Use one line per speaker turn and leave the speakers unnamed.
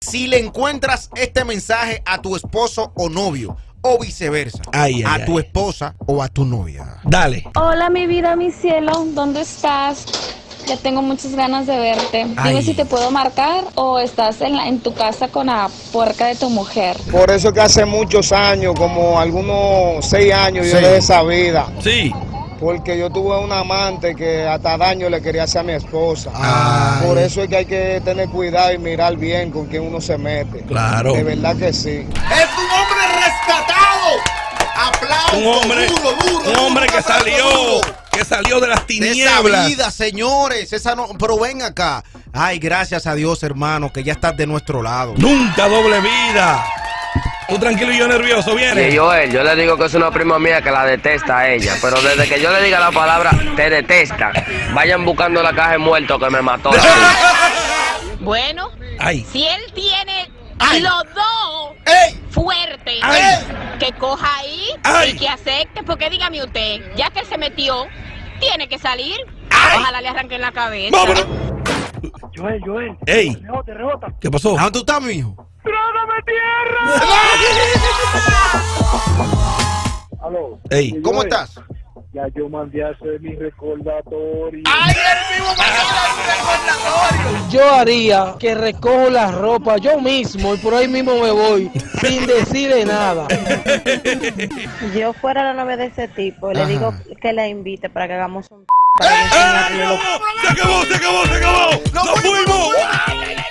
si le encuentras este mensaje a tu esposo o novio, o viceversa,
Ay, ay,
a
ay.
tu esposa o a tu novia.
Dale.
Hola, mi vida, mi cielo, ¿dónde estás? Ya tengo muchas ganas de verte.
Ay.
Dime si te puedo marcar o estás en, la- en tu casa con la puerca de tu mujer.
Por eso que hace muchos años, como algunos seis años, yo
Sí.
dejé esa vida.
Sí.
Porque yo tuve un amante que hasta daño le quería hacer a mi esposa.
Ah, Ay.
Por eso es que hay que tener cuidado y mirar bien con quién uno se mete.
Claro.
De verdad que sí.
Es un hombre rescatado. Aplausos.
Un hombre,
duro, duro,
un
duro,
hombre que
aplauso
salió,
duro.
que salió de las
De esa
tinieblas.
vida, señores. Esa no, pero ven acá. Ay, gracias a Dios, hermano, que ya estás de nuestro lado.
Nunca doble vida. Tú tranquilo y yo nervioso, viene.
Y Joel, yo le digo que es una prima mía que la detesta a ella, pero desde que yo le diga la palabra, te detesta, vayan buscando la caja de muerto que me mató. la prima.
Bueno,
Ay.
si él tiene
Ay.
los dos
¡Ey!
fuertes,
Ay.
que coja ahí
Ay.
y que acepte, porque dígame usted, ya que él se metió, tiene que salir. Ojalá le arranquen la cabeza.
Vámonos.
Joel, Joel.
Ey.
Rebota, rebota.
¿Qué pasó?
¿A dónde tú estás, mijo?
Aló.
Ey.
Joel,
¿Cómo estás?
Ya yo mandé a hacer mi recordatorio.
Yo haría que recojo la ropa yo mismo y por ahí mismo me voy sin decirle nada.
Yo fuera la novia de ese tipo,
Ajá.
le digo que la invite para que
¡Ah!
hagamos un...
¡Ay, no! ¡Se acabó, se acabó, se acabó! ¡Nos fuimos!